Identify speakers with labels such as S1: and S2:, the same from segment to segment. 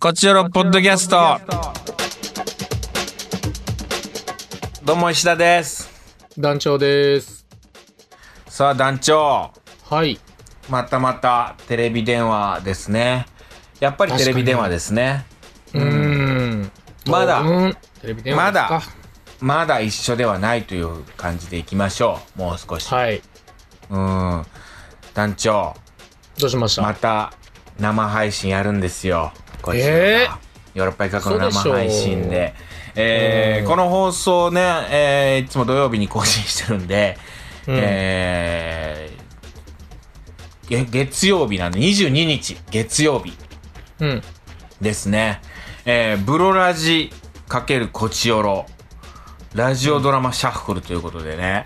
S1: こちらのポッドキャスト。どうも石田です。
S2: 団長です。
S1: さあ団長、
S2: はい。
S1: またまたテレビ電話ですね。やっぱりテレビ電話ですね。
S2: うーん。
S1: まだ
S2: うんテレビ電話
S1: ま
S2: です
S1: だ、まだ一緒ではないという感じでいきましょう。もう少し。
S2: か。はい。
S1: うん。団長、
S2: どうしました、
S1: また生配信やるんですよ。こちらが
S2: え
S1: ヨーロッパ企画の
S2: 嘘でし
S1: 生
S2: ょ
S1: 配信で。えーこの放送ね、えーいつも土曜日に更新してるんで、
S2: うん
S1: えーげ月曜日なんで、22日、月曜日
S2: うん。
S1: ですね。えーブロラジ×コチヨロ、ラジオドラマシャッフルということでね、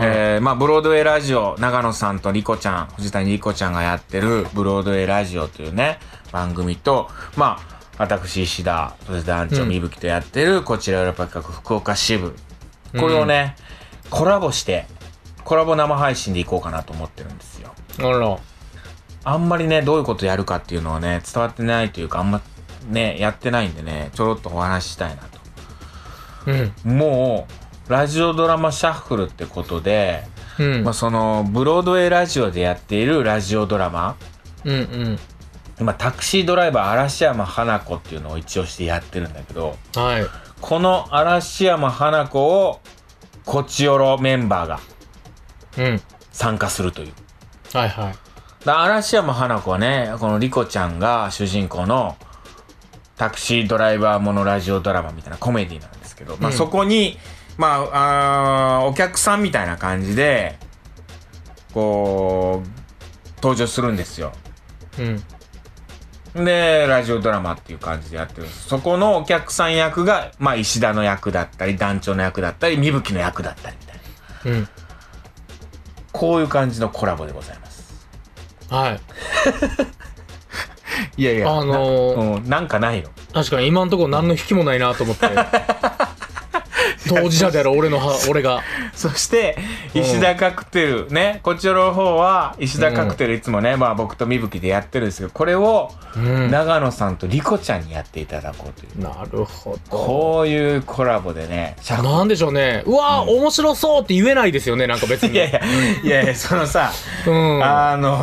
S1: えーまあ、ブロードウェイラジオ、長野さんとリコちゃん、藤谷リコちゃんがやってる、ブロードウェイラジオというね、番組と、まあ、私、石田、そして団長、
S2: うん
S1: みぶきとやってる、こちらヨーロッパ企画、福岡支部。これをね、コラボして、コラボ生配信でいこうかなと思ってるんですよ。
S2: あら。
S1: あんまりね、どういうことやるかっていうのはね、伝わってないというか、あんまね、やってないんでね、ちょろっとお話ししたいなと。
S2: うん。
S1: もう、ラジオドラマシャッフルってことで、
S2: うん。
S1: まあ、その、ブロードウェイラジオでやっているラジオドラマ、
S2: うんうん。
S1: まあ、タクシードライバー嵐山花子っていうのを一応してやってるんだけど、
S2: はい。
S1: この嵐山花子を、こちよろメンバーが
S2: うん。
S1: 参加するという。
S2: はいはい。
S1: だ嵐山花子はね、このリコちゃんが主人公のタクシードライバーものラジオドラマみたいなコメディなんですけど、まあ
S2: うん
S1: そこに、まあ、あーお客さんみたいな感じで、こう、登場するんですよ。
S2: うん。
S1: で、ラジオドラマっていう感じでやってるんです。そこのお客さん役が、まあ石田の役だったり、団長の役だったり、みぶきの役だったりみたいな。
S2: うん。
S1: こういう感じのコラボでございます。
S2: はい。
S1: いやいや、
S2: あのー
S1: なうん、なんかないの
S2: 確かに今んとこ何の引きもないなと思 って。当事者である俺のは、俺が。
S1: そして、石田カクテル、ね、こちらの方は、石田カクテルいつもね、まあ僕とみぶきでやってるんですけど、これを、
S2: うん。な
S1: 長野さんとリコちゃんにやっていただこうという。
S2: るほど。
S1: こういうコラボでね、シャ
S2: なんでしょうね。うわー、面白そうって言えないですよね、なんか別に。
S1: いやいや、いやいや、そのさ、
S2: うん。
S1: あの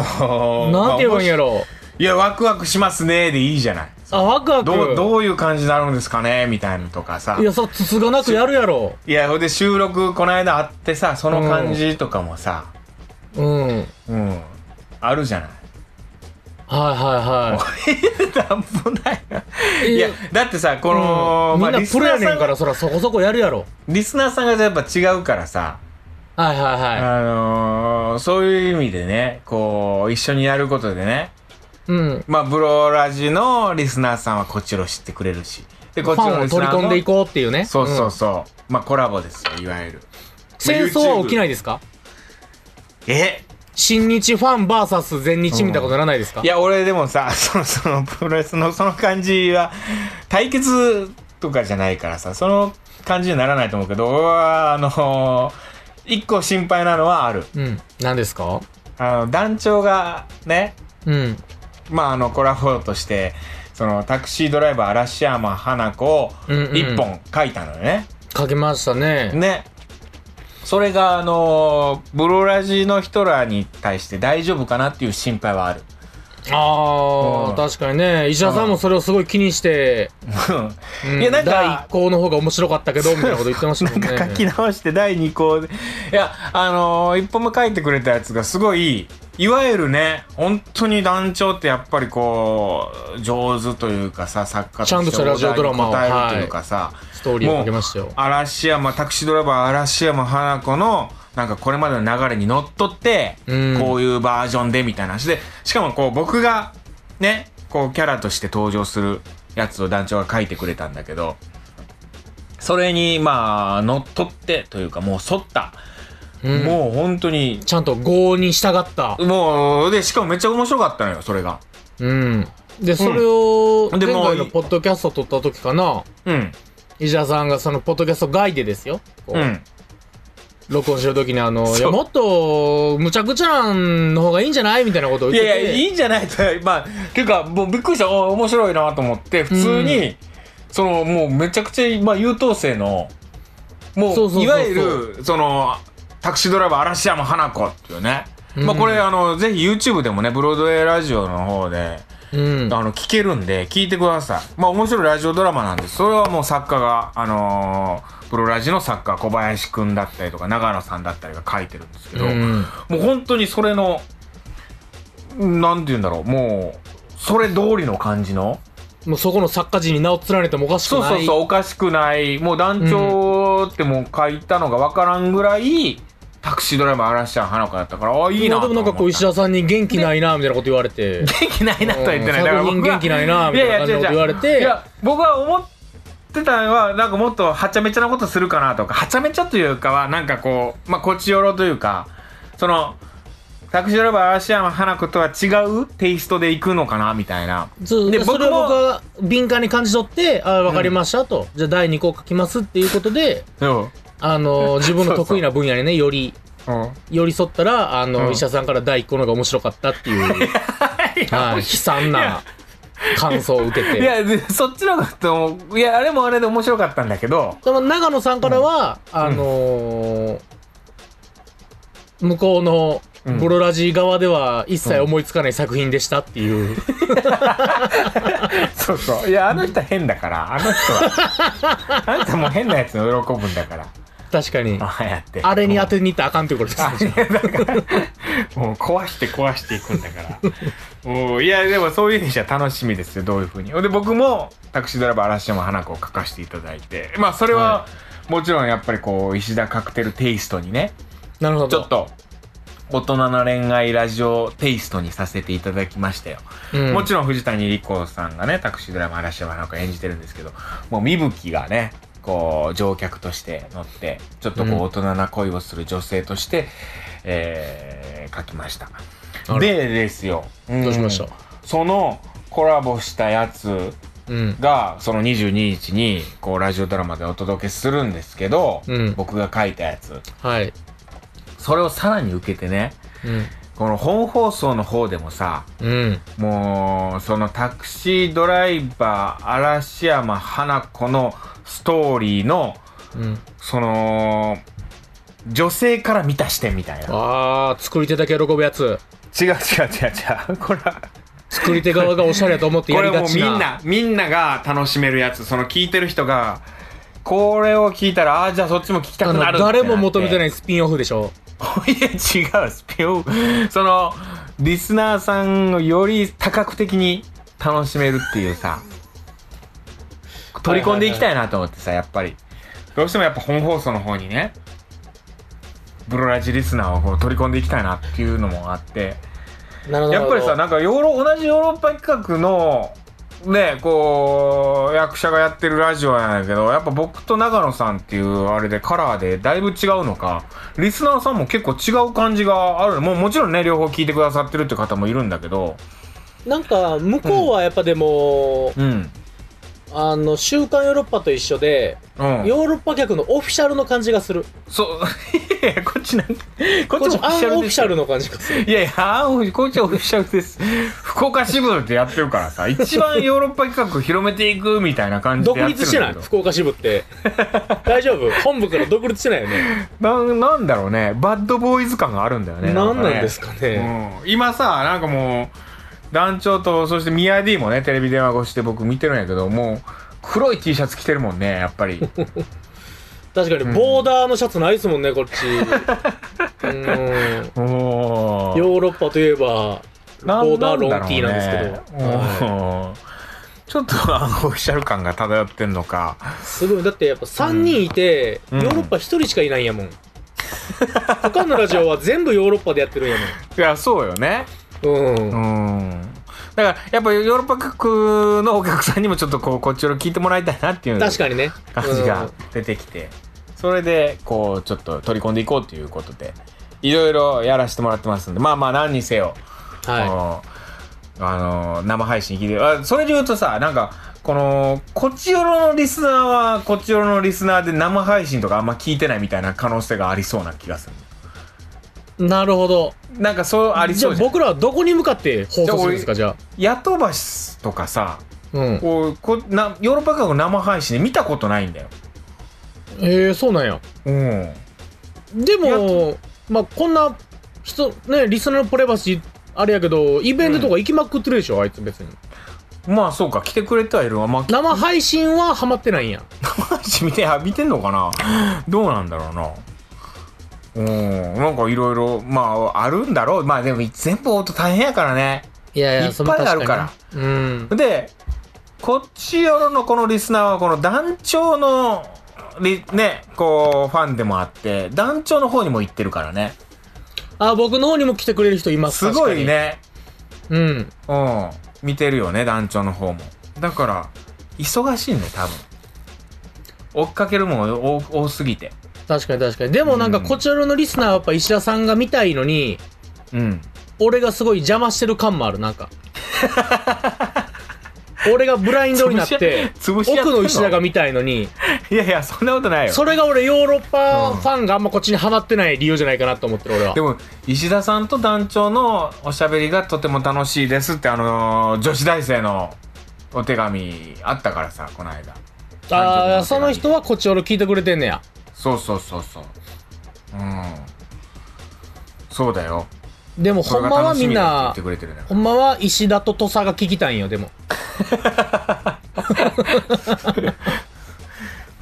S2: なんて言えばいいんや
S1: ろ。
S2: ろ
S1: いや、ワクワクしますね、でいいじゃない。
S2: あ、ワクワク。
S1: どう、どういう感じになるんですかね、みたいなのとかさ
S2: い。や、そらつつがなくやるやろ。
S1: いや、ほんで収録、この間あってさ、その感じとかもさ、
S2: うん。はい
S1: うん、あるじゃない。
S2: は
S1: なんもないな。
S2: いはい。
S1: いや、だってさ、この、
S2: うんみ
S1: ま
S2: ん
S1: あ
S2: な
S1: リス
S2: プ
S1: ナ
S2: ロや
S1: ー
S2: ね
S1: さ
S2: ん
S1: ん
S2: から、そらそこそこやるやろ。
S1: リスナーさんがやっぱ違うからさ、
S2: はいはいは
S1: あのーそういう意味でね、こう、一緒にやることでね、
S2: い。うん。
S1: まあ、ブロラジのリスナーさんはこっちを知ってくれるし、で、
S2: フ
S1: こっち
S2: ァ
S1: の
S2: ン
S1: リ
S2: を
S1: スナー
S2: 取り込んでい
S1: も
S2: こうっていうね。
S1: そうそ
S2: ん
S1: うそう。まあ、コラボですよ、いわゆる。
S2: 戦争は起きないですか
S1: え
S2: 新日ファン VS 全日みたいなことならないですか
S1: いや、俺でもさ、 その、その、プロレスのその感じは、対決とかじゃないからさ、その感じにならないと思うけど、俺は、あのー一個心配なのはある。
S2: うん。何ですか
S1: あの団長がね
S2: うん。
S1: まああのコラボとしてそのタクシードライバー嵐山花子を
S2: うんうん
S1: 一本書いたのよね、
S2: 書けましたね。
S1: ねそれがあのーブロラジの人らに対して大丈夫かなっていう心配はある
S2: あ
S1: う
S2: あ、
S1: ん
S2: 確かにね。石田さんもそれをすごい気にして、う
S1: いやなん
S2: 第
S1: か
S2: 1項の方が面白かったけど、みたいなこと言ってましたもんね。
S1: 書き直して第2項でいやあのー一本も書いてくれたやつがすごいいわゆるね本当に団長ってやっぱりこう上手というかさ作家として
S2: ちゃんとしたラジオドラマを
S1: お題に答えるというかさ、
S2: ストーリーを書けましたよ。
S1: 嵐山タクシードライバー嵐山花子のなんかこれまでの流れにのっとって、
S2: うん
S1: こういうバージョンでみたいな話でしかもこう僕がねこうキャラとして登場するやつを団長が書いてくれたんだけどそれにまあのっとってというかもう沿った、
S2: うん
S1: もう本当に
S2: ちゃんと合に従った。
S1: もうでしかもめっちゃ面白かったのよそれが
S2: うん。で、それを、
S1: うん
S2: 前
S1: でも
S2: 回のポッドキャスト撮った時かな、
S1: うん
S2: 石田さんがそのポッドキャスト外でですよ。こ
S1: うん
S2: 録音してる時にあの、
S1: う
S2: いや、もっと、むちゃくちゃなんの方がいいんじゃないみたいなことを
S1: い
S2: 言っ
S1: や
S2: て
S1: いや、
S2: て。
S1: いいんじゃないと、まあ、ていうか、もうびっくりした、お面白いなと思って、普通に、その、もうめちゃくちゃ、まあ、優等生の、もう、
S2: そうそうそうそう
S1: いわゆる、その、タクシードライバー、嵐山花子っていうね。まあ、
S2: うん
S1: これ、あの、ぜひ YouTube でもね、ブロードウェイラジオの方で、
S2: うん。
S1: あの、聞けるんで、聞いてください。まあ、面白いラジオドラマなんです。それはもう作家が、あのープロラジの作家、小林くんだったりとか、長野さんだったりが書いてるんですけど、
S2: うん
S1: もう本当にそれの、なんて言うんだろう、もう、それ通りの感じの、
S2: もうそこの作家陣に名を連ねてもおかしく
S1: そう
S2: ない。
S1: そうそう、おかしくない、もう団長ってもう書いたのがわからんぐらい、タクシードライバー嵐ちゃん花子だったから、ああ、いいな
S2: まあ
S1: と
S2: で
S1: 思
S2: も
S1: った。
S2: なんかこう、石田さんに元気ないな、みたいなこと言われて。
S1: 元気ないなとは言ってない。
S2: うん
S1: だから僕
S2: 作品
S1: は
S2: 元気ないなみたいな感じのこと言われて
S1: いやいや違う違ういや、僕は思ってたのは、なんかもっとはちゃめちゃなことするかなとか、はちゃめちゃというかは、なんかこう、まあ、こっちよろというか、その、タクシードライバー嵐山花子とは違うテイストで行くのかなみたいな。
S2: そう
S1: で
S2: でそれを
S1: 僕も
S2: 僕は敏感に感じ取って、ああ、わかりましたと、じゃあ第2項書きますっていうことで、
S1: うん。
S2: あ の、自分の得意な分野にね、より
S1: うん。
S2: 寄り添ったら、あの、
S1: うん
S2: 医者さんから第1項の方が面白かっ たっていう、はい、悲惨な感想を受け
S1: い
S2: て。
S1: や、でそっちのことも、いや、あれもあれで面白かったんだけど、
S2: でも長野さんからは、あのー向こうの
S1: うん
S2: ブロラジー側では一切思いつかない作品でしたっていう、
S1: そうそう。いや、あの人は変だから、あの人は。あんたもう変なやつの喜ぶんだから。
S2: 確かに。
S1: ああやって。
S2: あれに当てに行ったらあかんってことですね。
S1: もう壊して壊していくんだ からもういやでもそういう意味じゃ楽しみですよどういうふうにで僕もタクシードライバー嵐山花子を書かせていただいてまあそれは、もちろんやっぱりこう石田カクテルテイストにね
S2: なるほ
S1: ち
S2: ど。
S1: ょっと大人の恋愛ラジオテイストにさせていただきましたよ、
S2: うん
S1: もちろん藤谷莉子さんがねタクシードライバー嵐山花子演じてるんですけどもうみぶきがねこう乗客として乗ってちょっとこ
S2: うん
S1: う大人な恋をする女性として、えー書きました
S2: あら
S1: でですよ、ん
S2: どうしました
S1: そのコラボしたやつ
S2: うん。
S1: がその22日にこうラジオドラマでお届けするんですけど、
S2: うん
S1: 僕が書いたやつ
S2: はい。
S1: それをさらに受けてね
S2: うん。
S1: この本放送の方でもさ
S2: うん。
S1: もうそのタクシードライバー嵐山花子のストーリーの
S2: うん。
S1: その女性から見た視点みたいな
S2: ああ、作り手だけ喜ぶやつ。
S1: 違う違う違う違 うこれは
S2: 作り手側がおしゃれやと思って
S1: こ
S2: や
S1: れ
S2: り
S1: はも
S2: が
S1: う
S2: ち
S1: み
S2: な。
S1: んなみんなが楽しめるやつその聞いてる人がこれを聞いたらああーじゃあそっちも聞きたくな
S2: あ
S1: る
S2: の、誰も求めてないいスピンオフでしょ。
S1: いや違うスピンオフそのリスナーさんをより多角的に楽しめるっていうさ取り込んでいきたいなと思ってさやっぱりどうしてもやっぱ本放送の方にねブロラジリスナーをこう取り込んでいきたいなっていうのもあって
S2: なるほど。
S1: やっぱりさ、なんかヨーロ同じヨーロッパ企画のねこう役者がやってるラジオやねんけどやっぱ僕と長野さんっていうあれでカラーでだいぶ違うのかリスナーさんも結構違う感じがあるもうもちろんね両方聞いてくださってるって方もいるんだけど
S2: なんか、向こうはやっぱでも、
S1: うん
S2: あの、週刊ヨーロッパと一緒で、
S1: うん
S2: ヨーロッパ客のオフィシャルの感じがする。
S1: そう いやいやこっちなんかこっ
S2: こっ
S1: ち
S2: ち
S1: も
S2: アンオフィシャル
S1: の
S2: の感じがする。
S1: いやいやアンオフこっちはオフィシャルです福岡支部でやってるからさ一番ヨーロッパ企画広めていくみたいな感じで
S2: 独
S1: やって
S2: 立
S1: るんだけど
S2: してない福岡支 部って。大丈夫本部から独立してないよね。
S1: なんなんだろうねバッドボーイズ感があるんだよね
S2: なんなんです
S1: か
S2: か
S1: ね
S2: ね。
S1: うん、今さなんかもう団長とそしてミヤ D もねテレビ電話越しで僕見てるんやけどもう黒い T シャツ着てるもんねやっぱ り
S2: 確かに、ボーダーのシャツないですもん ね、こっち。うん。
S1: おー
S2: ヨーロッパといえば、ボーダーロン T なんですけど
S1: なんだろうねおーちょっとあのオフィシャル感が漂ってんのか
S2: すごいだってやっぱ3人いて、
S1: うん
S2: ヨーロッパ1人しかいないんやもん他のラジオは全部ヨーロッパでやってるんや
S1: いやそうよね
S2: もんうん、
S1: うんだからやっぱヨーロッパ各国のお客さんにもちょっとこうこっちを聞いてもらいたいなっていう
S2: 確かにね
S1: 感じが出てきて、それでこうちょっと取り込んでいこうということでいろいろやらせてもらってますんでまあまあ何にせよ、
S2: うんはい
S1: このあの生配信聞いてあそれで言うとさなんかこの、こちよろのリスナーは、こちよろのリスナーで生配信とかあんま聞いてないみたいな可能性がありそうな気がする。
S2: なるほど。
S1: なんかそうあり
S2: じ
S1: そ
S2: ゃあ
S1: うじゃん。
S2: 僕らはどこに向かって放送するんですか、じゃ
S1: ヤトバシとかさ、
S2: あ。うん。へ
S1: こうこなヨーロッパ各国生配信で見たことないんだよ。
S2: えそうなんや。
S1: うん。
S2: で
S1: や
S2: も、まあ、こんな人、ね、リスナーのプレバシー、あれやけど、イベントとか行きまくってるでしょ、あいつ別に。
S1: まあそうか、来てくれてはいるわ。まあ、
S2: 生配信はハマってないんや。
S1: 生配信見て、 あ見てんのかなどうなんだろうな。うん。なんかいろいろ、まああるんだろう。まあでも全部音大変やからね。
S2: いや
S1: いっぱいあるから。
S2: それは確にうん。
S1: で、こっちよろのこのリスナーは、この団長のリ、ね、こう、ファンでもあって、団長の方にも行ってるからね。
S2: あ、僕の方にも来てくれる人います。
S1: すごいね。
S2: 確かに。うん。
S1: うん。見てるよね、団長の方も。だから、忙しいんだよ、多分。追っかけるもん多多すぎて。
S2: 確かに確かに。でもなんか、
S1: うん
S2: こちらのリスナーはやっぱ石田さんが見たいのに、
S1: うん。
S2: 俺がすごい邪魔してる感もある、なん か。俺がブラインドになって、
S1: 潰し合 って
S2: 奥
S1: んの
S2: の石田が見たいのに、
S1: いやいや、そんなことないよ。
S2: それが俺ヨーロッパ
S1: うん
S2: ファンがあんまこっちにハマってない理由じゃないかなと思ってる俺は
S1: で。も、石田さんと団長のおしゃべりがとても楽しいですって、あのー女子大生のお手紙あったからさ、この間。
S2: ああ、その人はこっち俺聞いてくれてんねや。
S1: そうそうそうそう。うん。そうだよ。
S2: でもほんまはみ
S1: こ、れが楽し
S2: んな
S1: みだって言ってくれてるんだか
S2: ほんまは石田と土佐が聞きたいんよ、でも。
S1: ら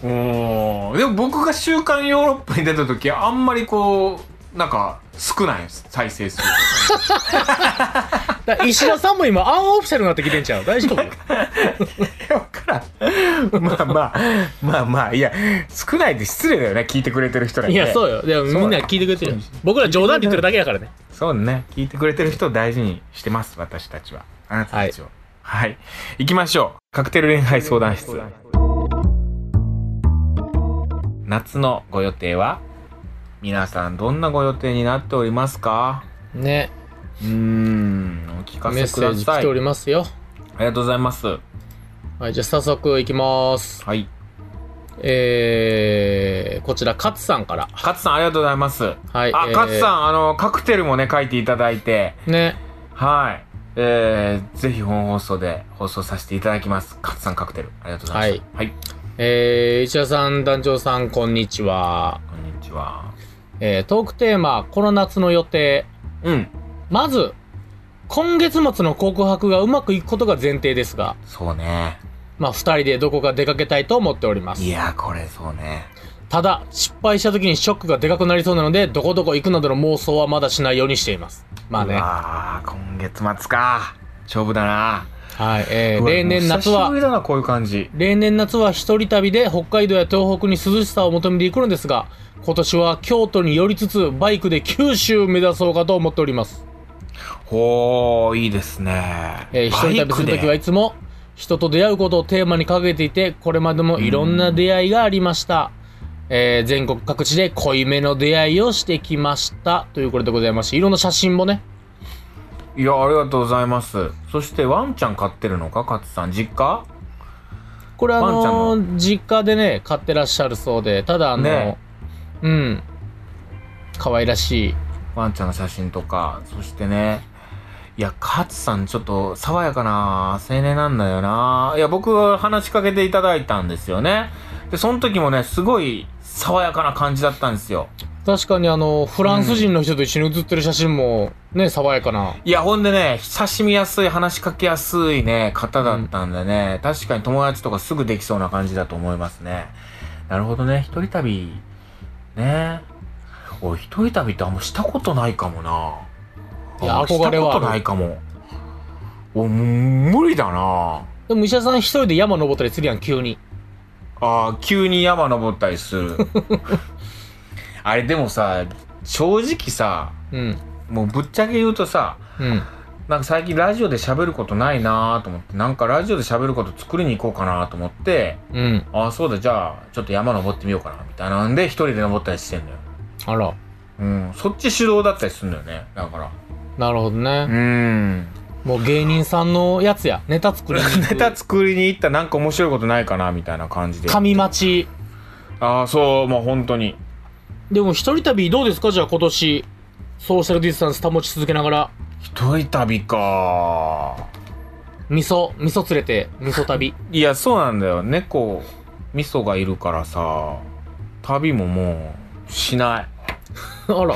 S1: おーでも僕が週刊ヨーロッパに出た時、あんまりこう、なんか少ないです。再生 数。
S2: だから石田さんも今、アンオフィシャルになってきてんちゃう大丈夫
S1: わからん。 まあまあ、まあまあ、いや、少ないで失礼だよね。聞いてくれてる人ら
S2: い
S1: にね
S2: や、そうよ。でもみんな聞いてくれてるよ。僕ら冗談で言ってるだけやからね。
S1: そうね。聞いてくれてる人を大事にしてます、私たちは。あなたたちを。はい。行きましょう。カクテル恋愛相談室。夏のご予定は皆さんどんなご予定になっておりますか
S2: ね、
S1: うーん、お聞か
S2: メッ
S1: せ
S2: セ
S1: く
S2: ー
S1: だ
S2: ジ
S1: さ
S2: 来
S1: い。
S2: ており
S1: あ
S2: ますよ。
S1: りがとうございます。
S2: はい、じゃあ早速いきます。
S1: はい。
S2: えー、こちら、勝さんから。
S1: 勝さんありがとうございます。
S2: はい。
S1: あ、
S2: えー
S1: 勝さん、あの、カクテルもね、書いていただいて、
S2: ね、
S1: はい。えー、ぜひ本放送で放送させていただきます。勝さんカクテル。ありがとうございます。はい。
S2: えー、石田さん、団長さん、こんにちは。
S1: こんにちは。
S2: えー、トークテーマ、この夏の予定。
S1: うん。
S2: まず、今月末の告白がうまくいくことが前提ですが、
S1: そうね。
S2: まあ、二人でどこか出かけたいと思っております
S1: い。や、これそうね。
S2: ただ、失敗した時にショックがでかくなりそうなので、どこどこ行くなどの妄想はまだしないようにしています。まあね。
S1: ああ、今月末か。勝負だな。
S2: はい。え
S1: う
S2: ー、
S1: わ
S2: 例年夏
S1: もう久しぶ
S2: は、
S1: りだな、こういう感じ。
S2: 例年夏は一人旅で北海道や東北に涼しさを求めて行くのですが、今年は京都に寄りつつ、バイクで九州を目指そうかと思っております。
S1: ほー、いいですね。
S2: えー、一人旅するときはいつも、人と出会うことをテーマに掲げていて、これまでもいろんな出会いがありました。えー、全国各地で濃いめの出会いをしてきました。ということでございまして、いろんな写真もね、
S1: バイクでいや、ありがとうございます。そして、ワンちゃん飼ってるのか、勝さん。実家
S2: これあ
S1: ワンちゃ
S2: の
S1: ん
S2: ー実家でね飼ってらっしゃるそうでただあのー、
S1: ね
S2: うん可愛らしい
S1: ワンちゃんの写真とか。そしてね。いや、勝さん、ちょっと、爽やかな青年なんだよな。いや、僕、話しかけていただいたんですよね。で、その時もね、すごい、爽やかな感じだったんですよ。
S2: 確かにあのーフランス人の人と一緒に写ってる写真もね爽やかない
S1: や、ほんでね、親しみやすい、話しかけやすいね、方だったんでね、確かに友達とかすぐできそうな感じだと思いますね。なるほどね、一人旅、ね。おい、一人旅ってあんましたことないかもな。
S2: いや
S1: あんました
S2: 憧れはあ
S1: こ
S2: る
S1: とないかも。お、もう無理だな。
S2: でも医者さん一人で山登ったりするやん急に
S1: ああ、急に山登ったりす る。あれ、でもさ、正直さ、
S2: うん
S1: もうぶっちゃけ言うとさ、
S2: うん
S1: なんか最近ラジオで喋ることないなと思って、なんかラジオで喋ること作りに行こうかなと思って、
S2: うん
S1: ああ、そうだ、じゃあ、ちょっと山登ってみようかな、みたいなんで、一人で登ったりしてんだよ。
S2: あら
S1: うん、そっち主導だったりするんだよね、だから。
S2: なるほどね、
S1: うん。
S2: もう芸人さんのやつや。ネタ作りに行く。
S1: ネタ作りに行ったらなんか面白いことないかなみたいな感じで。
S2: 神待ち。
S1: ああ、そう、もう本当に。
S2: でも一人旅どうですかじゃあ今年。ソーシャルディスタンス保ち続けながら。
S1: 一人旅か
S2: 味噌、味噌連れて、味 噌旅。
S1: いや、そうなんだよ。猫、味噌がいるからさ、旅ももう、しない。
S2: あら。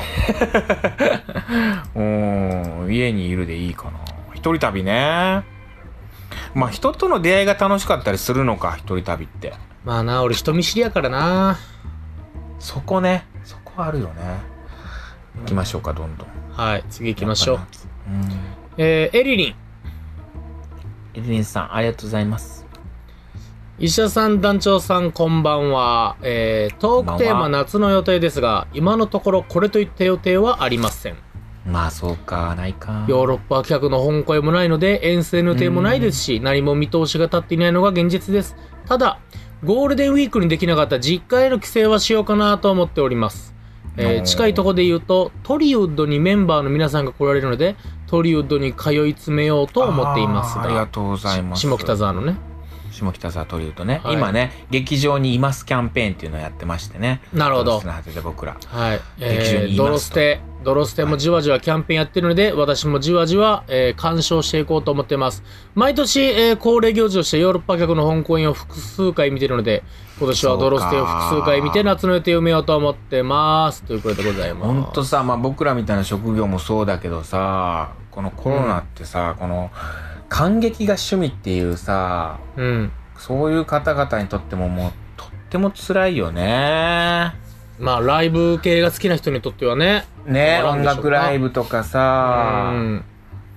S1: うーん、家にいるでいいかな。一人旅ね。まあ、人との出会いが楽しかったりするのか、一人旅って。
S2: まあな、俺人見知りやからな。
S1: そこね。そこあるよね。行きましょうか、どんどん。行
S2: はい、次行きましょ
S1: う
S2: う。。
S1: ん。
S2: えー、エリリン。
S1: エリンさん、ありがとうございます。
S2: 医者さん、団長さん、こんばんは。えー、トークテー
S1: こんば
S2: マ
S1: ん
S2: 夏の予定ですが、今のところこれといった予定はありません。
S1: まあ、そうか、ないか。
S2: ヨーロッパ企画の本会もないので、遠征の予定もないですし、何も見通しが立っていないのが現実です。ただ、ゴールデンウィークにできなかった実家への帰省はしようかなと思っております。え
S1: お
S2: ー
S1: ー
S2: 近いとこで言うと、トリウッドにメンバーの皆さんが来られるので、トリウッドに通い詰めようと思っています
S1: あーありが
S2: が、
S1: とうございます。
S2: 下北沢のね。
S1: 下北沢トリウッドね、
S2: はい
S1: 今ね劇場にいますキャンペーンっていうのをやってましてね
S2: なるほど
S1: ドロスの果てで僕ら
S2: はい、
S1: 劇場
S2: え
S1: に
S2: ー、
S1: い
S2: ド
S1: ますと
S2: ロステ、ドロステもじわじわキャンペーンやってるので、私もじわじわ、えー、鑑賞していこうと思ってます。毎年、えー恒例行事としてヨーロッパ客の本公演を複数回見てるので、今年はドロステを複数回見て夏の予定を埋めようと思ってます。ということでござい
S1: ほ
S2: ま
S1: んとさ、まあ、僕らみたいな職業もそうだけどさこのコロナってさ、この感激が趣味っていうさ
S2: す。うん。
S1: そういう方々にとってももうとっても辛いよね
S2: まあ、ライブ系が好きな人にとってはね。
S1: ね
S2: そうなん
S1: 音
S2: でしょう
S1: 楽
S2: か
S1: ライブとか
S2: う
S1: さ、
S2: ん。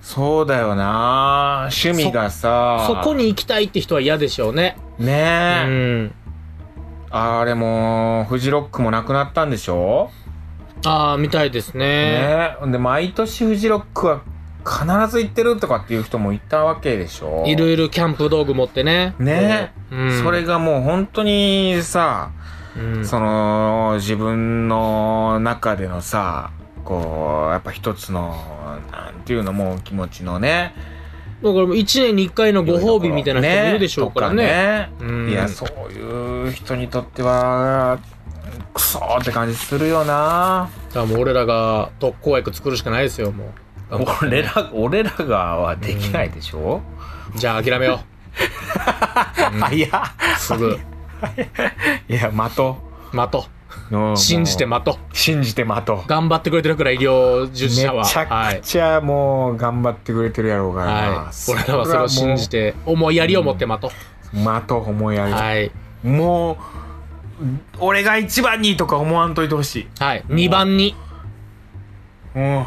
S1: そうだよな趣味がさ
S2: そこに行きたいって人は嫌でしょうね。う
S1: ねえ、
S2: ん。
S1: あれもフジロックもなくなったんでしょ
S2: ああ、みたいですね。
S1: ねえ、で毎年フジロックは必ず行ってるとかっていう人もいたわけでしょ
S2: いろいろキャンプ道具持ってね。
S1: ね
S2: え。
S1: え、
S2: うん。
S1: それがもう本当にさ、
S2: うん、
S1: その自分の中でのさこうやっぱ一つのなんていうのもう気持ちのね
S2: だからもう1年に1回のご褒美みたいな人もいるでしょうからね。
S1: と
S2: う
S1: か
S2: ん
S1: いやそういう人にとってはクソーって感じするよな
S2: だからもう俺らが特効薬作るしかないですよ、もう。
S1: 俺ら俺らがはできないでしょ、
S2: じゃあ諦めよ
S1: 早っ
S2: う。すぐ。
S1: いや待と
S2: 待と
S1: う
S2: う。信じて
S1: も
S2: 待とう。
S1: う信じて待とう
S2: 頑張ってくれてるから、医療従
S1: め
S2: 事
S1: ち
S2: 者は。は
S1: ゃ
S2: い
S1: く。ちゃもう頑張ってくれてるやろうからな、
S2: はい。俺らはそれを信じ
S1: て
S2: て、思いやりを持って待と。
S1: 待とう思いうやり、
S2: はい。
S1: もう俺が一番にとか思わんといてほしい
S2: はい。2番に。
S1: もう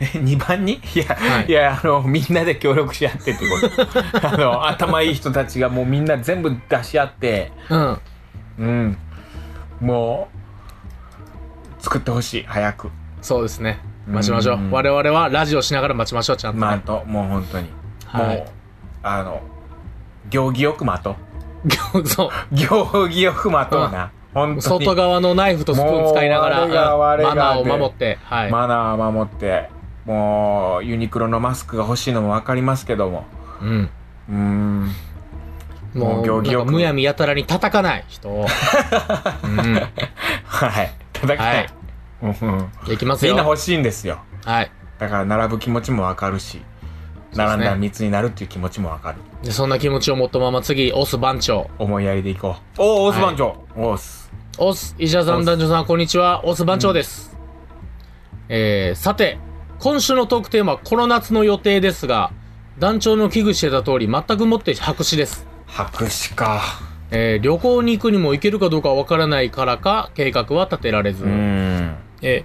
S1: え2番にいや、
S2: はい
S1: い、やあのみんなで協力し合ってってこと あの頭いい人たちがもうみんな全部出し合って
S2: うん。
S1: うんもう作ってほしい早く
S2: そうですね。待ちましょ
S1: うん
S2: う。我々はラジオしながら待ちましょう、ちゃんとね。
S1: 待とうもう本当に、
S2: はい
S1: もうあの行儀よく待とう
S2: そ
S1: 行儀よく待とうな、本当
S2: う。
S1: に
S2: 外側のナイフとスプーン使いながら、
S1: もう我が
S2: うん
S1: 我が
S2: マナーを
S1: で
S2: 守って、はい。
S1: マナーを守ってもうユニクロのマスクが欲しいのも分かりますけども
S2: うん。
S1: うーんも
S2: もう
S1: う行儀
S2: な
S1: よく
S2: んかむやみやたらに叩かない人 を、うん、じゃ
S1: はい叩きたい、うん
S2: あいきます
S1: み
S2: よ
S1: んな欲しいんですよ
S2: はい
S1: だから並ぶ気持ちも分かるし、並んだら密になるっていう気持ちも分かる
S2: でそんな気持ちを持ったまま次オス番長
S1: 思いやりでいこうおおオース番長、オース
S2: オス石田さ
S1: オ
S2: ん
S1: ス
S2: 男女さんこんにちはオス番長です、えー、さて今週のトークテーマはこの夏の予定ですが団長の危惧してた通り全くもって白紙です
S1: 白紙か
S2: えー旅行に行くにも行けるかどうかわからないからか計画は立てられず、
S1: うーん
S2: えー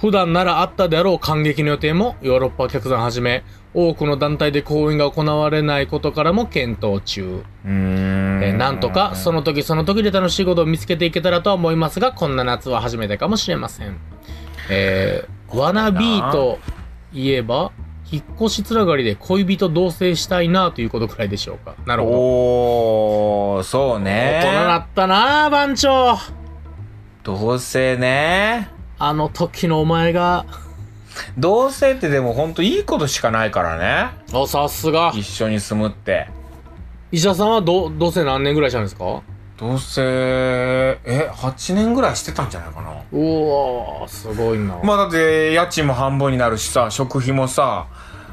S2: 普段ならあったであろう感激の予定もヨーロッパ客団はじめ多くの団体で公演が行われないことからも検討中、
S1: うーん
S2: えーなんとかその時その時で楽しいことを見つけていけたらとは思いますがこんな夏は初めてかもしれませんえー、ワナビーといえば引っ越しつながりで恋人同棲したいなということくらいでしょうかなるほど
S1: おおそうね
S2: 大人だったなあ番長
S1: どうせね
S2: あの時のお前が
S1: 同性ってでもほんといいことしかないからね
S2: あ、さすが。
S1: 一緒に住むって
S2: 石田さんはど、どうせ何年ぐらいしたんですか
S1: 同性え8年ぐらいしてたんじゃないかな
S2: うわー、すごいな。
S1: まあだって家賃も半分になるしさ食費もさ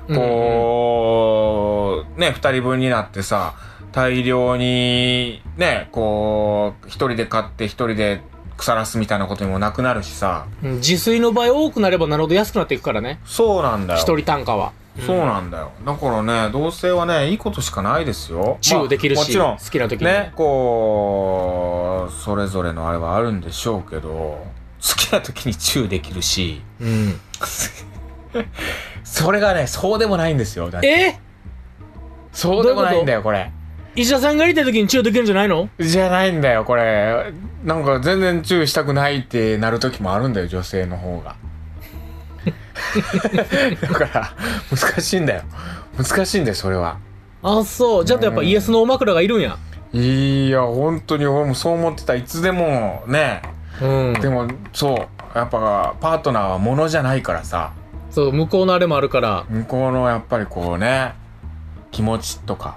S1: こう、ね2人分になってさ大量にねこう1人で買って1人で腐らすみたいなことにもなくなるしさ
S2: うん自炊の場合多くなればなるほど安くなっていくからね。
S1: そうなんだよ
S2: 一人単価は。
S1: そうなんだよ。だからね、同性はね、いいことしかないですよ。
S2: チューできるし
S1: まあもちろん、
S2: 好きな時に
S1: ね、こう、それぞれのあれはあるんでしょうけど、好きな時にチューできるし、
S2: うん。
S1: それがね、そうでもないんですよ。だって
S2: え
S1: そうでもないんだよ、これ。
S2: 石田さんがやりたい時にチューできるんじゃないの
S1: じゃないんだよ、これ。なんか全然チューしたくないってなる時もあるんだよ、女性の方 が。だから、難しいんだよ。難しいんだよ、それは。
S2: あ、そう。じゃあやっぱイエスのお枕がいるんや。
S1: いや、本当に俺もそう思ってた。いつでもね。
S2: うん。
S1: でも、そう。やっぱ、パートナーは物じゃないからさ。
S2: そう、向こうのあれもあるから。
S1: 向こうの、やっぱりこうね、気持ちとか、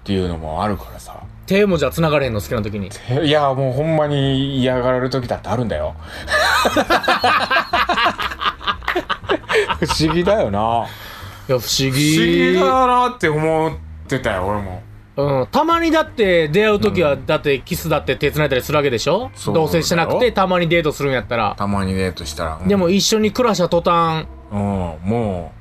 S1: っていうのもあるからさ。
S2: 手もじゃあ繋がれへんの好きな時に。
S1: えいや、もうほんまに嫌がられる時だってあるんだよ。 不思議だよな。
S2: いや、不思
S1: 不思議
S2: 議。
S1: だなって思ってたよ、俺も。
S2: うん。たまにだって出会う時は、だってキスだって手繋いだりするわけでしょ
S1: そうだよ
S2: 同棲してなくてたまにデートするんやったら。
S1: たまにデートしたら。うん
S2: で、も一緒に暮らした途端、
S1: うん、も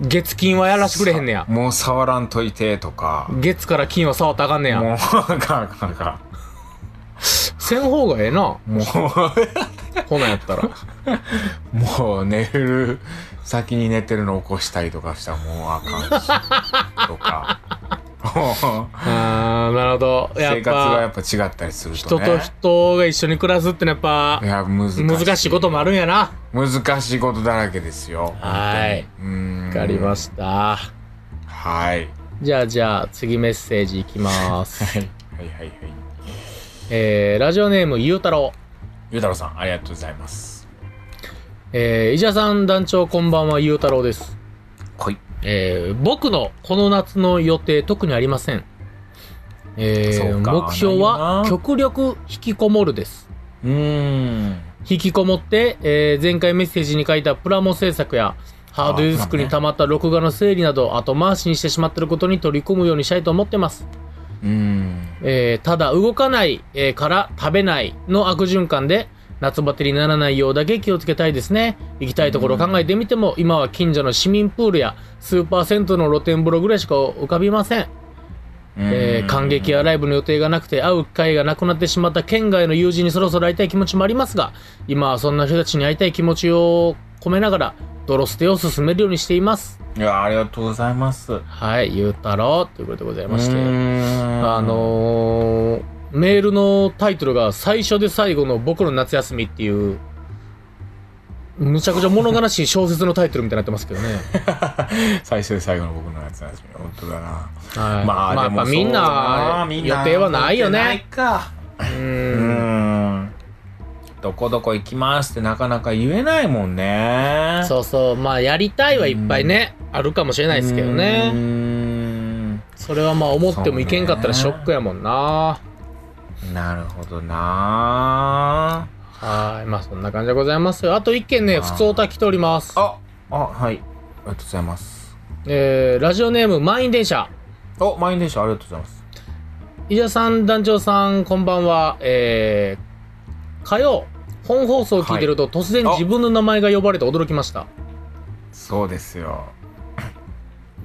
S2: 月金はやらしてくれへんねや
S1: う、。もう触らんといて、とか。
S2: 月から金は触ったらあかんねや。
S1: もう、あかんあかんあか
S2: せん方がええな。
S1: ん。も
S2: こんなんやったら。
S1: う、もう寝る、先に寝てるの起こしたりとかしたらもうあかんし、とか。もう
S2: あー、なるほど。やっ
S1: 生活がや
S2: ぱ、
S1: っぱ違ったりすると
S2: 人
S1: ね。
S2: と人が一緒に暮らすってのは
S1: い
S2: やっ
S1: や、難しい。
S2: ぱ、難しいこともあるんやな。
S1: 難しいことだらけですよ。
S2: はい。
S1: うーん。
S2: わかりました。
S1: はい。
S2: じゃあじゃあ、次メッセージいきます。
S1: はい。はいはいはい。
S2: えー、ラジオネーム、ゆうたろう。
S1: ゆうたろうさん、ありがとうございます。
S2: えー、石田さん団長こんばんは、ゆうたろうです。
S1: こい。
S2: えー、僕のこの夏の予定特にありません。え
S1: そうか
S2: ー、目標
S1: ないよ
S2: は
S1: な
S2: 極力引きこもるです。
S1: うーん。
S2: 引きこもって、えー前回メッセージに書いたプラモ制作やハードディスクに溜まった録画の整理など後回しにしてしまっていることに取り組むようにしたいと思ってます、
S1: うーん。
S2: えーただ動かない、えーから食べないの悪循環で夏バテにならないようだけ気をつけたいですね行きたいところを考えてみても、今は近所の市民プールやスーパー銭湯の露天風呂ぐらいしか浮かびませんえー感激やライブの予定がなくて会う機会がなくなってしまった県外の友人にそろそろ会いたい気持ちもありますが今はそんな人たちに会いたい気持ちを込めながら泥捨てを進めるようにしています
S1: いや、ありがとうございます。
S2: はいゆうたろうということでございま
S1: う
S2: して
S1: ーん
S2: あのーメールのタイトルが最初で最後の僕の夏休みっていうむちゃくちゃ物悲しい小説のタイトルみたいになってますけ どね、
S1: 最初で最後の僕のやつなんですけど本当だな、
S2: はい、
S1: まあ、
S2: や
S1: で
S2: っ
S1: も
S2: ぱみん
S1: そ
S2: な
S1: う
S2: 予
S1: だな
S2: 定はないよ
S1: みんなない
S2: ね
S1: か
S2: う
S1: うんんどこどこ行きますってなかなか言えないもんねう
S2: そうそう、まあやりたいはいっぱいね、あるかもしれないですけどね。
S1: ね
S2: それはまあ思ってもいけんかったらシ
S1: そう
S2: ョ
S1: ね
S2: ックやもんな。
S1: なるほどな
S2: はい、まあそんな感じでございますよ。あと一件ね、
S1: あー
S2: 普通おた来ております。
S1: ああはいありがとうございます
S2: えー、ラジオネーム満員電車。
S1: お満員電車ありがとうございます
S2: 伊田さん、団長さん、こんばんは。えー、火曜、本放送を聞いてると、突然
S1: あ
S2: 自分の名前が呼ばれて驚きました。
S1: そうですよ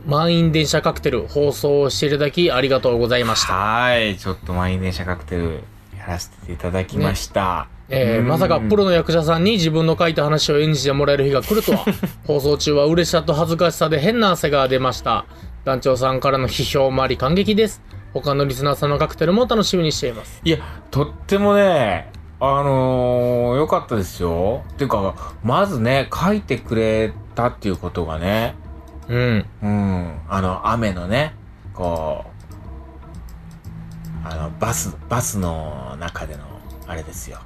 S2: 満員電車カクテル放送をしていただきありがとうございました。
S1: はいちょっと満員電車カクテルやらせていただきました、
S2: えーまさかプロの役者さんに自分の書いた話を演じてもらえる日が来るとは放送中は嬉しさと恥ずかしさで変な汗が出ました団長さんからの批評もあり感激です他のリスナーさんのカクテルも楽しみにしています
S1: いや、とってもね、あのー、良かったですよ。っていうか、まずね、書いてくれたっていうことがね、
S2: うん
S1: うん、あの、雨のね、こう、あの、バス、バスの中での、あれですよ。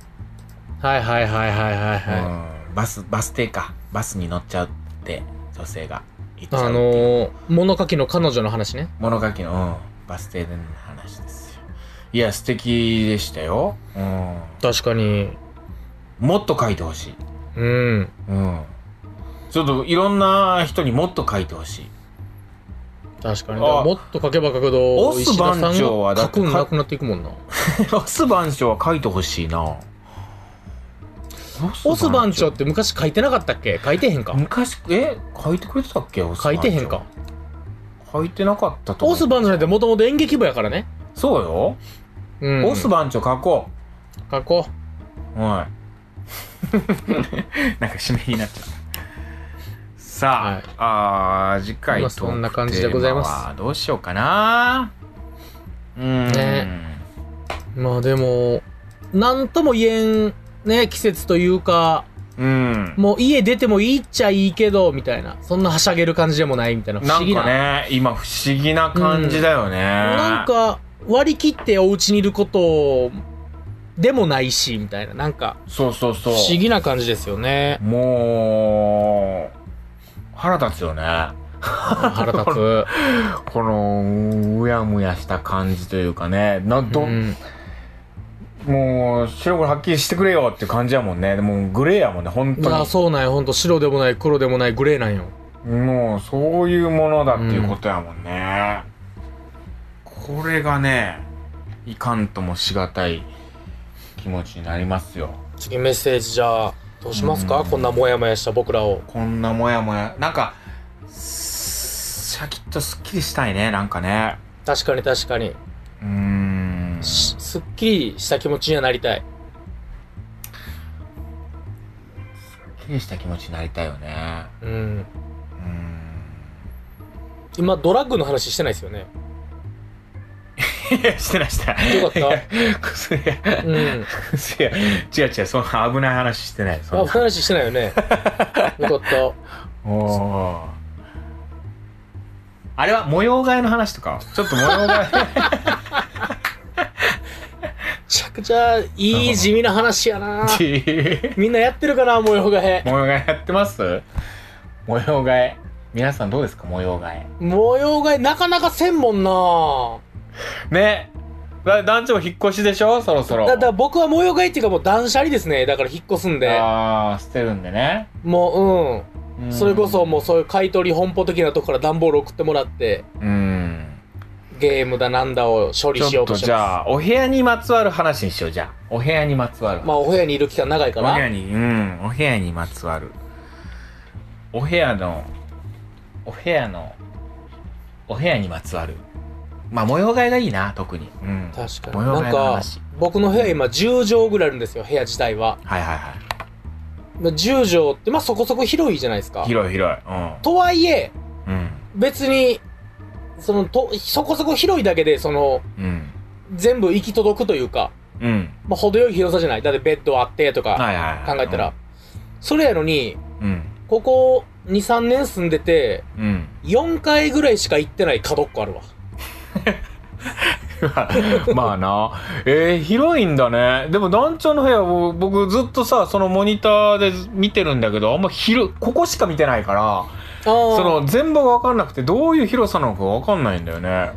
S2: はいはいはいはいはいはい、
S1: うん、バス、バス停か。バスに乗っちゃうって女性が言っちゃう
S2: あ
S1: っていう
S2: のー、物書きの彼女の話ね。
S1: 物書きの、うん、バス停での話ですよいや素敵でしたよ、うん、
S2: 確かに。
S1: もっと書いてほしい、
S2: うん。
S1: うん、ちょっといろんな人にもっと書いてほしい
S2: 確かに。
S1: あ
S2: もっと書けば書くほど、
S1: オス
S2: 石田さんが
S1: 番長はだ
S2: 書
S1: って
S2: くんなくなっていくもんな。
S1: オス番長は書いてほしいな
S2: オス番長って昔書いてなかったっけ書いてへんか。
S1: 昔え書いてくれてたっけオス
S2: 書
S1: 番
S2: い
S1: 長
S2: てへんか。
S1: 書いてなかったと思
S2: オ
S1: う
S2: ス番長なんてもともと演劇部やからね。
S1: そうよ、
S2: うん。
S1: オス番長書こ
S2: 書こ
S1: う はいなんか締めになっちゃったさあ、
S2: はい
S1: あー次回
S2: ま
S1: と
S2: あそんな感じでございます
S1: どうしようかなうーん、
S2: ねう。まあでも、なんとも言えん、ね、季節というか、
S1: うん
S2: もう家出てもいいっちゃいいけど、みたいな。そんなはしゃげる感じでもないみたいな。不
S1: な
S2: 思
S1: ん
S2: 議な。
S1: かね今不思議な感じだよね、
S2: なんか、割り切ってお家にいることでもないし、みたいな。なんか、
S1: そうそう
S2: 不
S1: そう
S2: 思議な感じですよね。
S1: もう腹立つよね
S2: 腹立つ。
S1: このうやむやした感じというかねなんと、
S2: うん
S1: もう白黒はっきりしてくれよって感じやもんねもうグレーやもんね本
S2: ま
S1: 当
S2: あそうなんよ。ほんと白でもない、黒でもない、グレーなんよ。
S1: にもうそういうものだっていうことやもんね、これがねいかんともしがたい気持ちになりますよ
S2: 次メッセージじゃあ、どうしますか
S1: うん
S2: こんなモヤモヤした僕らを。
S1: こんなもやもやなんかシャキッとすっきりしたいねなんかね
S2: 確かに確かに。
S1: うーん
S2: しすっきりした気持ちにはなりたい。
S1: すっきりした気持ちになりたいよね
S2: うん。
S1: うーん
S2: 今、ドラッグの話してないですよね。
S1: いやしてないしてない
S2: よかった
S1: いや薬や
S2: うん。
S1: 薬や違う違うそんな危ない話してないそ
S2: あ、
S1: んな
S2: 話してないよ ね。よかった。
S1: おーあれは模様替えの話とかちょっと模様替え
S2: めちゃくちゃいい地味な話や なみんなやってるかな模様替え。
S1: 模様替えやってます模様替え皆さんどうですか模様替え
S2: 模様替えなかなかせんもんな
S1: ねだ団長引っ越しでしょそろそろ
S2: だから僕は模様替えっていうかもう断捨離ですねだから引っ越すんで
S1: ああ捨てるんでね
S2: も
S1: う
S2: ううんんそれこそもうそういう買い取り本舗的なとこから段ボール送ってもらって
S1: うん
S2: ゲームだなんだを処理
S1: ち
S2: しよ
S1: ょ
S2: う
S1: っ
S2: と
S1: と
S2: して
S1: じ
S2: ま
S1: ゃあお部屋にまつわる話にしようじゃあお部屋にまつわる
S2: すまあお部屋にいる期間長いか
S1: お部屋
S2: ら
S1: にうんお部屋にまつわるお部屋のお部屋のお部屋にまつわるまあ模様替えがいいな特にうん
S2: 確か
S1: 模
S2: に
S1: 様
S2: な
S1: 替
S2: ん
S1: えの
S2: か
S1: 話
S2: 僕の部屋今10畳ぐらいあるんですよ部屋自体は
S1: はいはいは
S2: まあ10畳ってまあそこそこ広いじゃないですか
S1: い広い広い
S2: とはいえ
S1: うん
S2: 別にそのとそこそこ広いだけでその
S1: うん
S2: 全部行き届くというか
S1: うんうん
S2: まあ、程よい広さじゃない。だってベッドあってとか
S1: はいはいは
S2: 考
S1: い
S2: えたら。それやのに、
S1: うん
S2: ここ2、3年住んでて、
S1: うんうん
S2: 4回ぐらいしか行ってない角っこあるわ。
S1: まあなえー、広いんだねでも団長の部屋を僕ずっとさそのモニターで見てるんだけどあんま広いここしか見てないからそ
S2: あ
S1: の全貌が分かんなくてどういう広さなのか分かんないんだよね
S2: あ。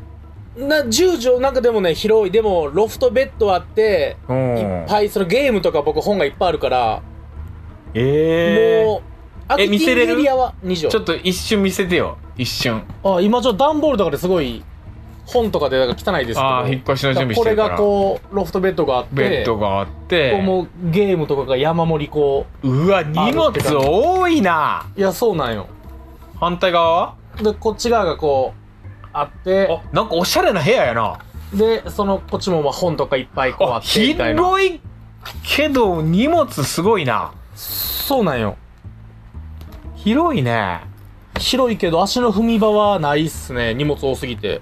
S2: な、10畳なんかでもね、広い。でも、ロフトベッドあって、
S1: うん
S2: いっぱい、そのゲームとか僕本がいっぱいあるから、
S1: え
S2: もう、アクティ
S1: 見せ
S2: ビ
S1: れ
S2: ティ
S1: る
S2: エリアは2
S1: ー、ちょ
S2: 畳。
S1: っと一瞬見せてよ一瞬
S2: あ、今ちょっと段ボールとかですごい、本とかでなんか汚いですけど。
S1: ああ引っ越しの準備して
S2: これ
S1: るから
S2: がこう、ロフトベッドがあって、
S1: ベッドがあっ
S2: ここ
S1: て
S2: もゲームとかが山盛りこ
S1: うわ荷物多いな
S2: う。いや、そうなんよ。
S1: 反対側は
S2: でこっち側がこうあって
S1: あなんかおしゃれな部屋やな
S2: でそのこっちもまあ本とかいっぱいこうあ
S1: あ
S2: ってみたいな
S1: 広いけど荷物すごいな
S2: そうなんよ
S1: 広いね
S2: 広いけど足の踏み場はないっすね荷物多すぎて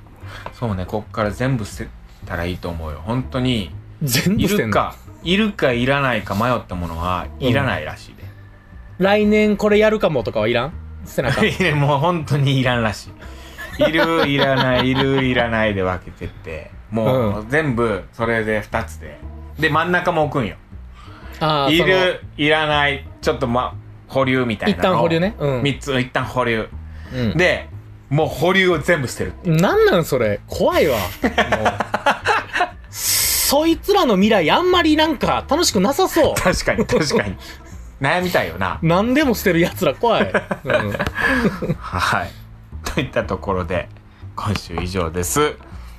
S1: そうねこっから全部捨てたらいいと思うよ本当に
S2: 全
S1: い
S2: 部捨てん
S1: る
S2: の
S1: かいるかいらないか迷ったものは
S2: うん
S1: いらないらしいで、
S2: 来年これやるかもとかはいらん捨てなか
S1: いやもう本当にいらんらしい。いる、いらない、いる、いらないで分けてって、もう全部それで2つで。で、真ん中も置くんよ。
S2: あー
S1: い
S2: その
S1: る、いらない、ちょっとま、保留みたいなの
S2: 一旦保留ねうん
S1: 3つ一旦保留
S2: うん
S1: でもう保留を全部捨てる
S2: なんなんそれ怖いわ。もうそいつらの未来あんまりなんか楽しくなさそ
S1: 確かに確かに悩みたいよな
S2: う。何でも捨てる奴ら怖 い。うん
S1: はいといったところで今週以上です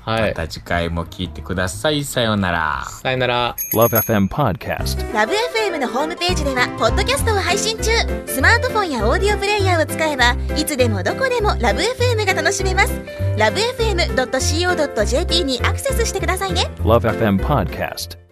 S2: は
S1: ま
S2: い。
S1: た次回も聞いてくださいさようなら
S2: さよなら。
S3: Love FM Podcast.
S4: ラブ f m のホームページではポッドキャストを配信中スマートフォンやオーディオプレイヤーを使えばいつでもどこでもラブ f m が楽しめますラブ FM.co.jp にアクセスしてくださいね
S3: Love FM Podcast.